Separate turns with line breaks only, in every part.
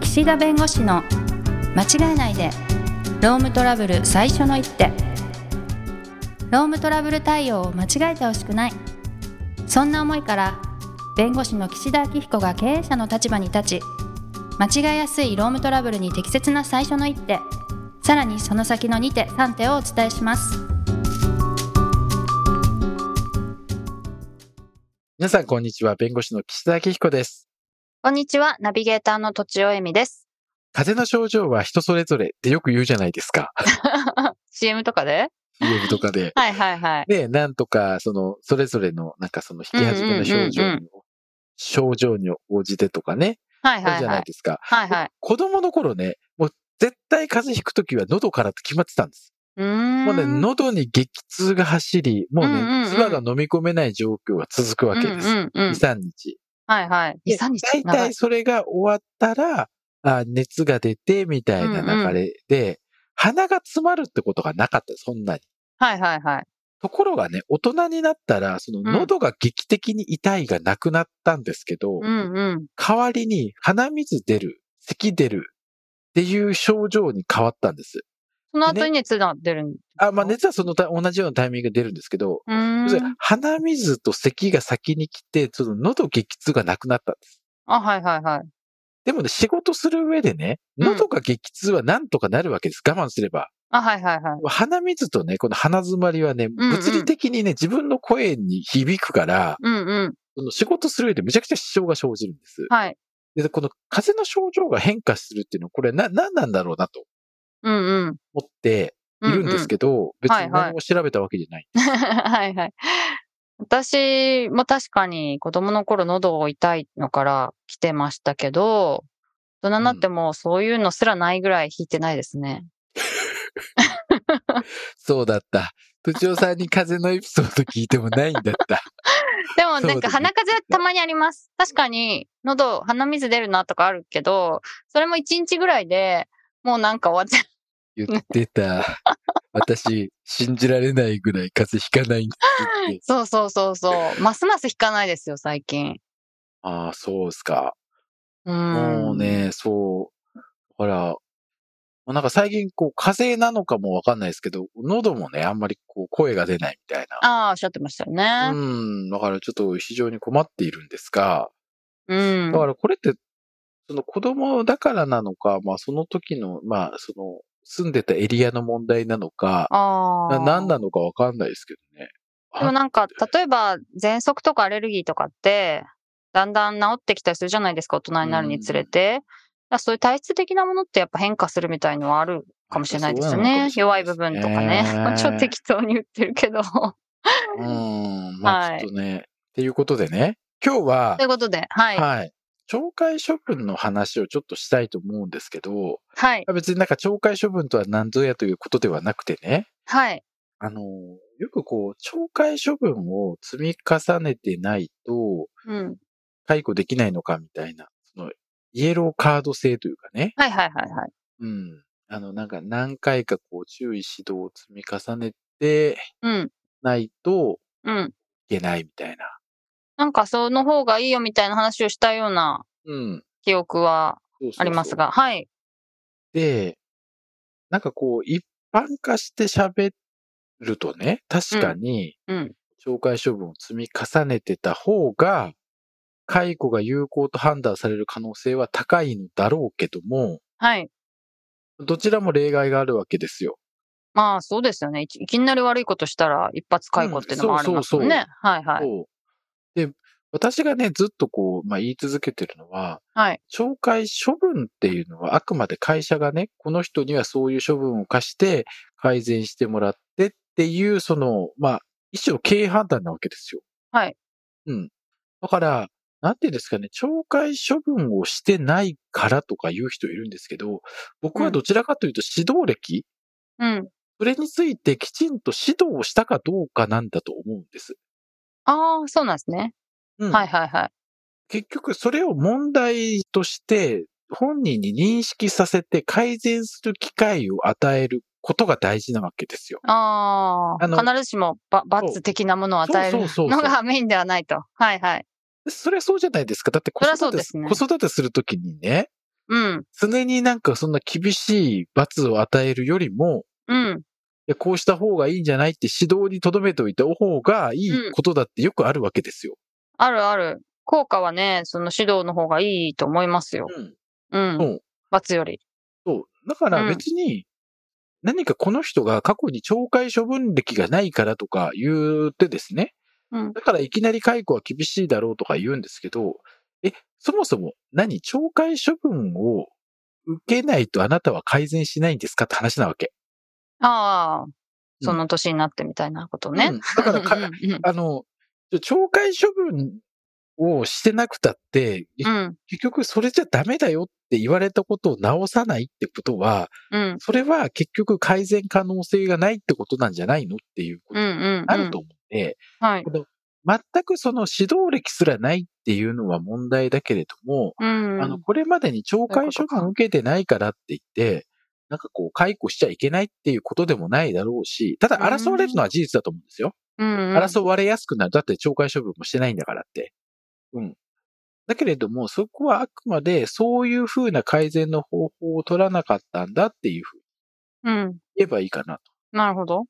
岸田弁護士の間違えないでロームトラブル最初の一手ロームトラブル対応を間違えてほしくないそんな思いから弁護士の岸田明彦が経営者の立場に立ち間違えやすいロームトラブルに適切な最初の一手さらにその先の2手3手をお伝えします
皆さん、こんにちは。弁護士の岸田明彦です。
こんにちはナビゲーターのとちおえみです
風邪の症状は人それぞれってよく言うじゃないですか。
CM とかで
CM とかで。
はいはいはい
で、なんとか、その、それぞれの、なんかその、引き始めの症状
うんうんうん
に、症状に応じてとかね、
は
あ
い
る
はい
じゃ
は
ない
い
ですか。
はいはい
子供の頃ね、もう絶対風邪ひくときは喉からって決まってたんです。
うーん
もうね、喉に激痛が走り、もう
うんうんう
ね
ん、
唾が飲み込めない状況が続くわけです。
う
2、
んうんうん
3日。
はいはい
で
二三日
大
長い
体それが終わったら、あ熱が出てみたいな流れで、鼻が詰まるってことがなかった、そんなに。
はいはいはい
ところがね、大人になったら、その
うん
喉が劇的に痛いがなくなったんですけど、
うんうん
代わりに鼻水出る、咳出るっていう症状に変わったんです。
その後に熱が出るん
あ、まあ熱はそのた同じようなタイミングで出るんですけど、
うー
それ
ん
鼻水と咳が先に来て、その喉激痛がなくなったんです。
あはいはいはい
でもね、仕事する上でね、
うん
喉が激痛はなんとかなるわけです。我慢すれば。
あはいはいはい
鼻水とね、この鼻詰まりはね、
うん
物理的にね、自分の声に響くから、
うんうん
その仕事する上でむちゃくちゃ支障が生じるんです。
はい
で、この風邪の症状が変化するっていうのは、これな、何なんだろうなと
うんうん
思っているんですけど、別
はい
に
はい
何も調べたわけじゃない。
はいはい。私も確かに子供の頃喉を痛いのから来てましたけど、大人になってもそういうのすらないぐらい引いてないですね。
そうだった。部長さんに風邪のエピソード聞いてもないんだ った。
でもなん
そうだね
か鼻風邪たまにあります。確かに喉、鼻水出るなとかあるけど、それも1日ぐらいでもうなんか終わっちゃ
言ってた。私、信じられないぐらい風邪ひかないんですって
う。。そうそうそ うそう。ますます引かないですよ、最近。
ああ、そうですか。
う。
もうんね、そう。だから、もうなんか最近、こう、風邪なのかもわかんないですけど、喉もね、あんまりこう、声が出ないみたいな。
ああ、おっしゃってましたよね。
うん、だからちょっと非常に困っているんですが、
うん。
だからこれって、その子供だからなのか、まあその時の、まあその、住んでたエリアの問題なのか、
ああ。
な何なのかわかんないですけどね。
でも
あ
なんか、例えば、喘息とかアレルギーとかって、だんだん治ってきたりするじゃないですか、大人になるにつれて。だからそういう体質的なものってやっぱ変化するみたいのはあるかもしれないですよ
そうなのか
ね
も。しれな
弱
い
い
です
部
ね
分とかね。 まあちょっと適当に言ってる けど。と
うん、ま
は
あ
い
ちょっとね、っていうことでね、今日は
いう、ことで、はい。はい。
はい。懲戒処分の話をちょっとしたいと思うんですけど、別になんか懲戒処分とは何ぞやということではなくてね、
はい。
あの、よくこう、懲戒処分を積み重ねてないと、
うん。
解雇できないのかみたいな、その、イエローカード制というかね、
はいはいはいはい。
うん。あの、なんか何回かこう、注意指導を積み重ねて
うん。
ないと
うん。
いけないみたいな。
なんか、その方がいいよみたいな話をしたような
うん。
記憶は
そうそうそう
ありますが。はい。
で、なんかこう、一般化して喋るとね、確かに、
うん。
懲戒処分を積み重ねてた方が、解雇が有効と判断される可能性は高いのだろうけども、
はい。
どちらも例外があるわけですよ。
まあそうですよね。いきいきなり悪いことしたら一発解雇っていうのもありますもんね。
うん
はいはい。
そうで、私がね、ずっとこう、まあ、言い続けてるのは、
はい
懲戒処分っていうのは、あくまで会社がね、この人にはそういう処分を課して、改善してもらってっていう、その、まあ、一種の経営判断なわけですよ。
はい。
うん。だから、なんていうんですかね、懲戒処分をしてないからとか言う人いるんですけど、僕はどちらかというと指導歴、
うん。
それについてきちんと指導をしたかどうかなんだと思うんです。
ああ、そうなんですね。
うん
はいはいはい。
結局それを問題として本人に認識させて改善する機会を与えることが大事なわけですよ。
ああ、
あの
必ずしもば
そ
罰
う
的なものを与え
そ
る
うそうそうそう
のがメインではないと。はいはい。
それはそうじゃないですか。だって子
そりゃそう
育て,、
ですすね
子育てするときにね、
うん。
常になんかそんな厳しい罰を与えるよりも、
うん。
いやこうした方がいいんじゃないって指導に留めておいた方がいいことだってよくあるわけですよ。
あるある。効果はね、その指導の方がいいと思いますよ。
うん
うん。
そう
罰より。
そう。だから別に、何かこの人が過去に懲戒処分歴がないからとか言ってですね。
うん
だからいきなり解雇は厳しいだろうとか言うんですけど、え、そもそも何懲戒処分を受けないとあなたは改善しないんですかって話なわけ。
ああ、その年になってみたいなことね。
うんだからか
うんうん
あの、ちょ懲戒処分をしてなくたって、
うん。
結局それじゃダメだよって言われたことを直さないってことは、
うん。
それは結局改善可能性がないってことなんじゃないのっていうこと
うん。う
に
ん。
なると思って、
うん。はい。
全くその指導歴すらないっていうのは問題だけれども、
うん。
あの、これまでに懲戒処分受けてないからって言って、なんかこう解雇しちゃいけないっていうことでもないだろうし、ただ争われるのは事実だと思うんですよ。
うん。
争われやすくなる。だって懲戒処分もしてないんだからって。うん。だけれども、そこはあくまでそういうふうな改善の方法を取らなかったんだっていうふうに
うん。
言えばいいかなと。
なるほど。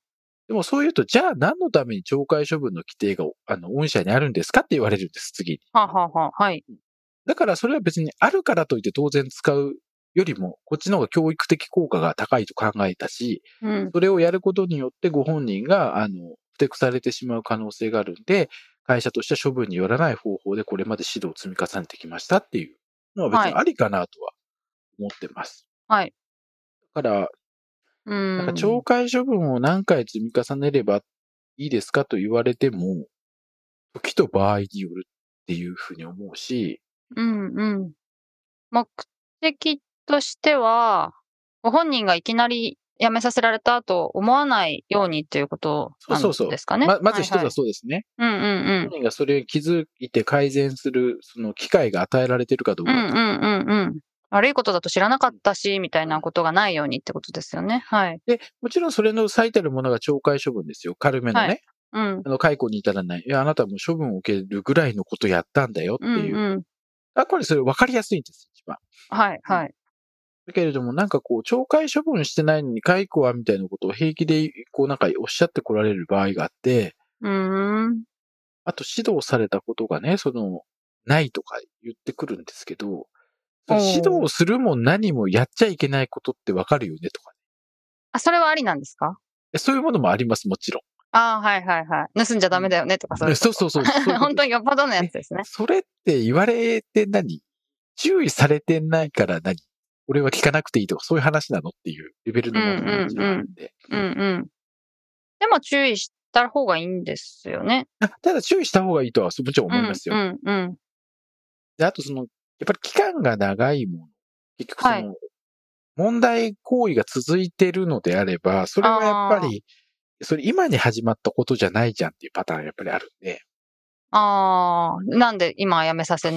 でもそう言うと、じゃあ何のために懲戒処分の規定が、あの、御社にあるんですかって言われるんです、次に。
はあ、はあはあ、はい。
だからそれは別にあるからといって当然使うよりも、こっちの方が教育的効果が高いと考えたし、
うん。
それをやることによってご本人が、あの、不適されてしまう可能性があるんで、会社としては処分によらない方法でこれまで指導を積み重ねてきましたっていうのは別にありかなとは思ってます。
はい。
だから、
うん。
なんか懲戒処分を何回積み重ねればいいですかと言われても、時と場合によるっていうふうに思うし、
うんうん。目的としては、ご本人がいきなり辞めさせられたと思わないようにということ
そう
なん
そうそう
ですかね。
ままず一つ
はいは
はいそうですね。
うんうん
本人がそれに気づいて改善する、その機会が与えられてるかどう
うん。う
か。
んうんうんうん。悪いことだと知らなかったし、みたいなことがないようにってことですよね。はい。
で、もちろんそれの最たるものが懲戒処分ですよ。軽めのね。
はいうん。
あの、解雇に至らない。いや、あなたもう処分を受けるぐらいのことやったんだよって
うん
いう。
うん。
あ、これそれ分かりやすいんです、一番。
はいはい。
だけれども、なんかこう、懲戒処分してないのに解雇はみたいなことを平気で、こうなんかおっしゃってこられる場合があって、
うーん。
あと指導されたことがね、その、ないとか言ってくるんですけど、その
おー
指導するも何もやっちゃいけないことってわかるよねとか、
あ、それはありなんですか
えそういうものもあります、もちろん。
ああ、はいはいはい。盗んじゃダメだよねとかそういうこ。
そうそうそう。そういうこと
本当によっぽどのやつですね。
それって言われて何注意されてないから何俺は聞かなくていいとか、そういう話なのっていうレベルのものがもちろんあるんで。
うんうん。でも注意した方がいいんですよね。
あただ注意した方がいいとは、もちろん思いますよ。
うんうんうん。
で、あとその、やっぱり期間が長いもの。結局その、
はい
問題行為が続いてるのであれば、それはやっぱり、それ今に始まったことじゃないじゃんっていうパターンがやっぱりあるんで、
ああ、なんで今辞めさせ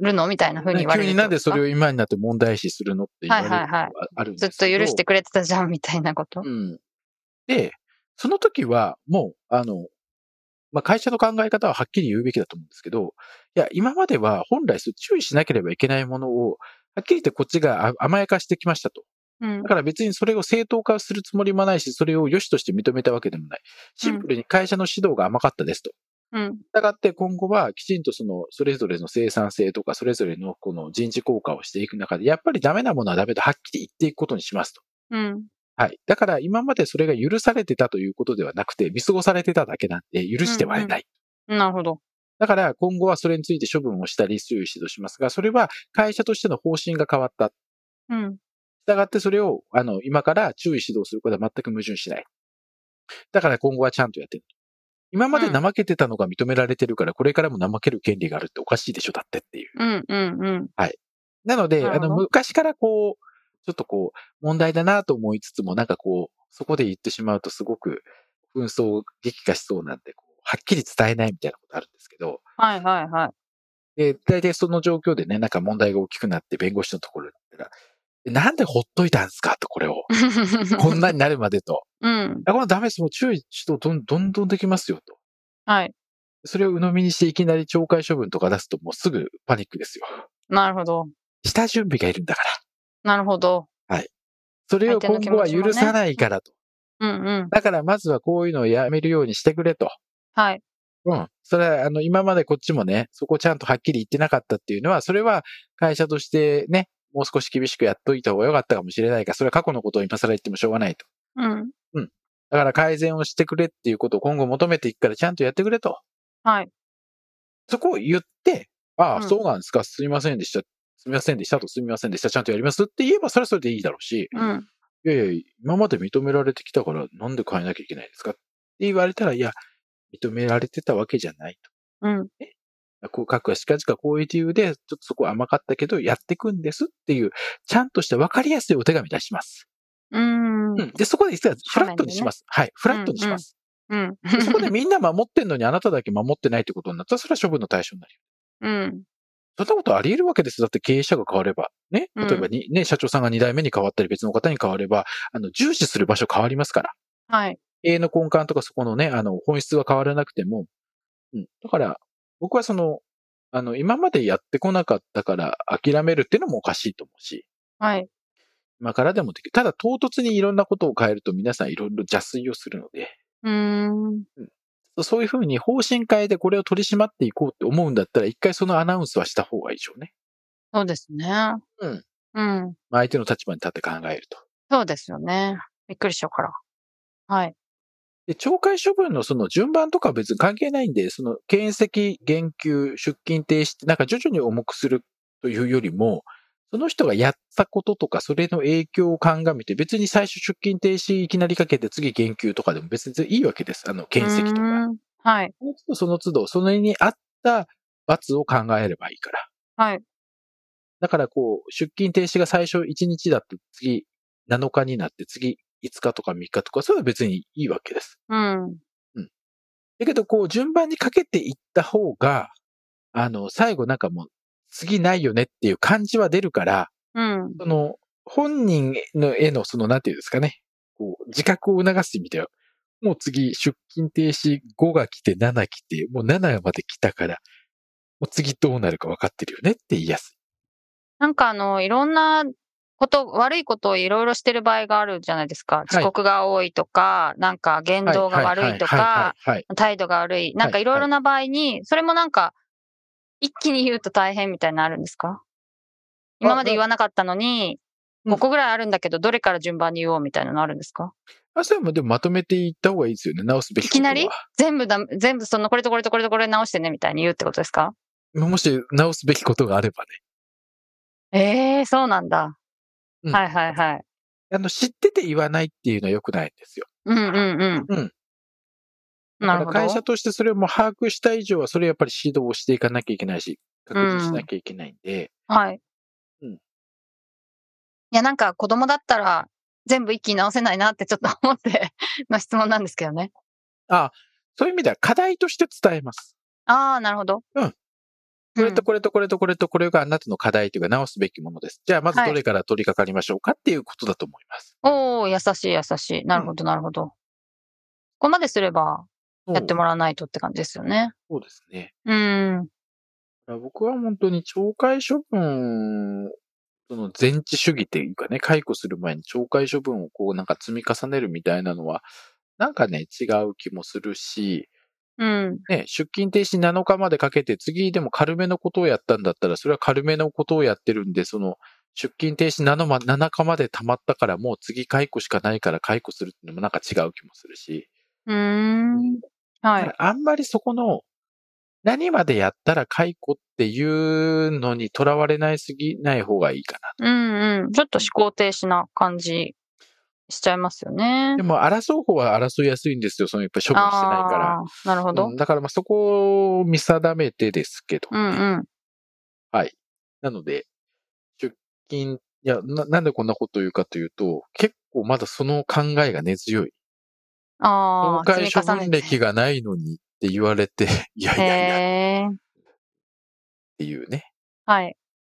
るのみたいな風に言われ
急
る
になんでそれ
を
を今になって問題視するのって言われるの
はいはいは
が
い
あるん
ず
で
っ
す
と
けど
許してくれてたじゃんみたいなこと。
うん。で、その時はもう、あの、まあ、会社の考え方ははっきり言うべきだと思うんですけど、いや、今までは本来そう注意しなければいけないものを、はっきり言ってこっちがあ甘やかしてきましたと。
うん
だから別にそれを正当化するつもりもないし、それを良しとして認めたわけでもない。シンプルに会社の指導が甘かったですと。
うん
従って今後はきちんとその、それぞれの生産性とか、それぞれのこの人事効果をしていく中で、やっぱりダメなものはダメとはっきり言っていくことにしますと。
うん
はい。だから今までそれが許されてたということではなくて、見過ごされてただけなんで、許してはいない。
なるほど。
だから今後はそれについて処分をしたり、注意指導しますが、それは会社としての方針が変わった。
うん
従ってそれを、あの、今から注意指導することは全く矛盾しない。だから今後はちゃんとやってる。今まで
うん
怠けてたのが認められてるから、これからも怠ける権利があるっておかしいでしょ、だってっていう。
うんうんうん
なので、
な
あ
るほど
の、昔からこう、ちょっとこう、問題だなと思いつつも、なんかこう、そこで言ってしまうとすごく紛争激化しそうなんで、こうはっきり伝えないみたいなことあるんですけど、
はいはいはい。
で、大体その状況でね、なんか問題が大きくなって弁護士のところに行ったら、えなんでほっといたんですかと、これを。こんなになるまでと。
うん。
あ、このダメです。もう注意しとどんどんどんできますよと。
はい。
それを鵜呑みにしていきなり懲戒処分とか出すともうすぐパニックですよ。
なるほど。
下準備がいるんだから。
なるほど。
それを今後は
相手の気持ちもね
許さないからと。
うんうん。
だからまずはこういうのをやめるようにしてくれと。
はい。
うん。それは、あの、今までこっちもね、そこちゃんとはっきり言ってなかったっていうのは、それは会社としてね、もう少し厳しくやっといた方が良かったかもしれないが、それは過去のことを今更言ってもしょうがないと。
うん。
だから改善をしてくれっていうことを今後求めていくからちゃんとやってくれと。
はい。
そこを言って、ああ、
うん
そうなんですか、すみませんでした。すみませんでしたとすみませんでした。ちゃんとやりますって言えば、それはそれでいいだろうし、
うん。
いやいや、今まで認められてきたから、なんで変えなきゃいけないんですかって言われたら、いや、認められてたわけじゃない
う
と。
ん。
こう、各はしかじかこういう理由で、ちょっとそこ甘かったけど、やってくんですっていう、ちゃんとした分かりやすいお手紙出します。
うん。
うん。で、そこで実はフラットにします。はい。フラットにします。
うん。
そこでみんな守ってんのに、あなただけ守ってないってことになったら、それは処分の対象になるよ
うん。
そんなことあり得るわけです。だって経営者が変われば。ね。
うん
例えばに、ね、社長さんが2代目に変わったり別の方に変われば、あの、重視する場所変わりますから。
はい。
経営の根幹とかそこのね、あの、本質は変わらなくても。うん。だから、僕はその、あの、今までやってこなかったから諦めるっていうのもおかしいと思うし、
はい。
今からでもできる。ただ、唐突にいろんなことを変えると皆さんいろいろ邪推をするので、
うん。
そういうふうに方針変えてこれを取り締まっていこうって思うんだったら、一回そのアナウンスはした方がいいでしょうね。
そうですね。
うん。
うん。
まあ相手の立場に立って考えると。
そうですよね。びっくりしちゃうから。はい。
で、懲戒処分のその順番とかは別に関係ないんで、その、検責、減給、出勤停止って、なんか徐々に重くするというよりも、その人がやったこととか、それの影響を鑑みて、別に最初出勤停止いきなりかけて、次減給とかでも別にいいわけです。あの、検責とか。
うんはい。
その都度その都度、それに合った罰を考えればいいから。
はい。
だからこう、出勤停止が最初1日だって、次7日になって、次5日とか3日とか、それは別にいいわけです。
うん。
だけど、こう、順番にかけていった方が、あの、最後なんかもう、次ないよねっていう感じは出るから、
うん。
その、本人のへの、その、なんていうんですかね、こう、自覚を促してみたよ。もう次、出勤停止5が来て7来て、もう7まで来たから、もう次どうなるか分かってるよねって言いやすい。
なんかあの、いろんなこと、悪いことをいろいろしてる場合があるじゃないですか。
い
遅刻が多いとか、なんか言動が悪いとか、
はい、はい、はい
態度が悪い、なんかいろいろな場合に、それもなんか、一気に言うと大変みたいなのあるんですか今まで言わなかったの
う
に、
ん
5個ぐらいあるんだけど、どれから順番に言おうみたいなのあるんですか
あ、それもでもまとめていった方がいいですよね。直すべきことは。
いきな全部だ、全部そのこれとこれとこれとこれ直してねみたいに言うってことですか
もし直すべきことがあればね。
ええー、そうなんだ。
うん
はいはいはい。
あの、知ってて言わないっていうのは良くないんですよ。
うんうんうん。
うん
な
だから
るほど。
会社としてそれをもう把握した以上は、それやっぱり指導をしていかなきゃいけないし、確認しなきゃいけないんで、
はい。
うん
いや、なんか子供だったら全部一気に直せないなってちょっと思っての質問なんですけどね。
そういう意味では課題として伝えます。
ああ、なるほど。
うん。これとこれとこれとこれとこれがあなたの課題というか直すべきものです。じゃあまずどれから取り掛かりましょうかっていうことだと思います。
うんおお優しい優しい。なるほど、なるほど。ここまですればやってもらわないとって感じですよね。
そうですね。
うん。
まあ僕は本当に懲戒処分、その前置主義っていうかね、解雇する前に懲戒処分をこうなんか積み重ねるみたいなのは、なんかね、違う気もするし、
うん。
ね、出勤停止7日までかけて次でも軽めのことをやったんだったら、それは軽めのことをやってるんで、その出勤停止 7, ま7日まで溜まったからもう次解雇しかないから解雇するっていうのもなんか違う気もするし、
うーん。
だ
はい。
からあんまりそこの、何までやったら解雇っていうのにとらわれないすぎない方がいいか
うんうん。ちょっと思考停止な感じしちゃいますよね
な。で。も争う方は争いやすいんですよ。そのやっぱり処分してないから。
あーなるほど。
うんだからまあそこを見定めてですけど、
うんうん。
なので、出勤、いやな、なんでこんなこと言うかというと、結構まだその考えが根強い。
あ
公
あ、
開処分歴がないのにって 言われて、いやいやいやっ
へえ。
ていうね。
はい。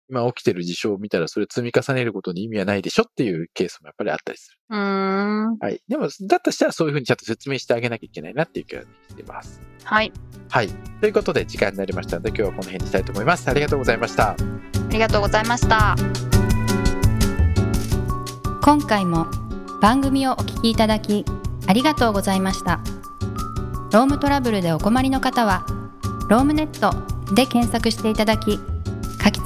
今起きてる事象を見たらそれ積み重ねることに意味はないでしょっていうケースもやっぱりあったりする。
うーん。
はい。でも、だとしたらそういうふうにちゃんと説明してあげなきゃいけないなっていう気がしてます。
はい。
はい。ということで時間になりましたので今日はこの辺にしたいと思います。ありがとうございました。
ありがとうございました。
今回も番組をお聞きいただきありがとうございましたロームトラブルでお困りの方は「ロームネット」で検索していただき柿